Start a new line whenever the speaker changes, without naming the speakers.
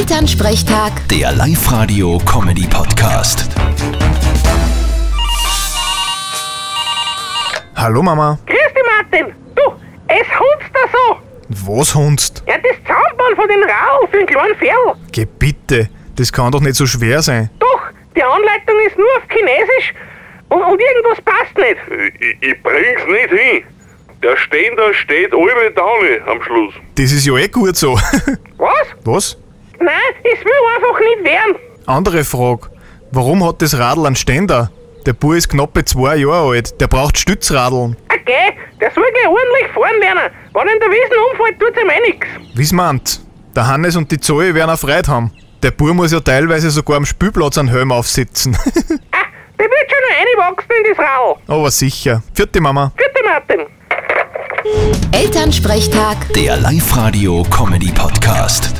Elternsprechtag,
Der Live-Radio-Comedy-Podcast.
Hallo Mama,
Grüß dich, Martin. Du, es hunzt da so.
was hunst?
Ja, das Zaunball von den Rau für den kleinen Ferl.
Geh bitte, das kann doch nicht so schwer sein.
Doch, die Anleitung ist nur auf Chinesisch und, und irgendwas passt nicht.
ich, ich bring's nicht hin. Der Ständer steht alle Daune am Schluss.
Das ist ja eh gut so.
Was?
was?
Nein, es will einfach nicht werden.
Andere Frage, warum hat das Radl einen Ständer? Der Bub ist knappe zwei Jahre alt, der braucht Stützradeln.
Okay, der soll gleich ordentlich fahren lernen. Wenn ihm der Wiesen umfällt, tut's ihm eh nix.
Wie's meint? Der Hannes und die Zoe werden erfreut haben. Der Bub muss ja teilweise sogar am Spülplatz einen Helm aufsitzen.
Ah, der wird schon noch reinwachsen in das Rau.
Aber sicher. Vierte Mama.
Vierte Martin.
Elternsprechtag.
Der Live-Radio-Comedy-Podcast.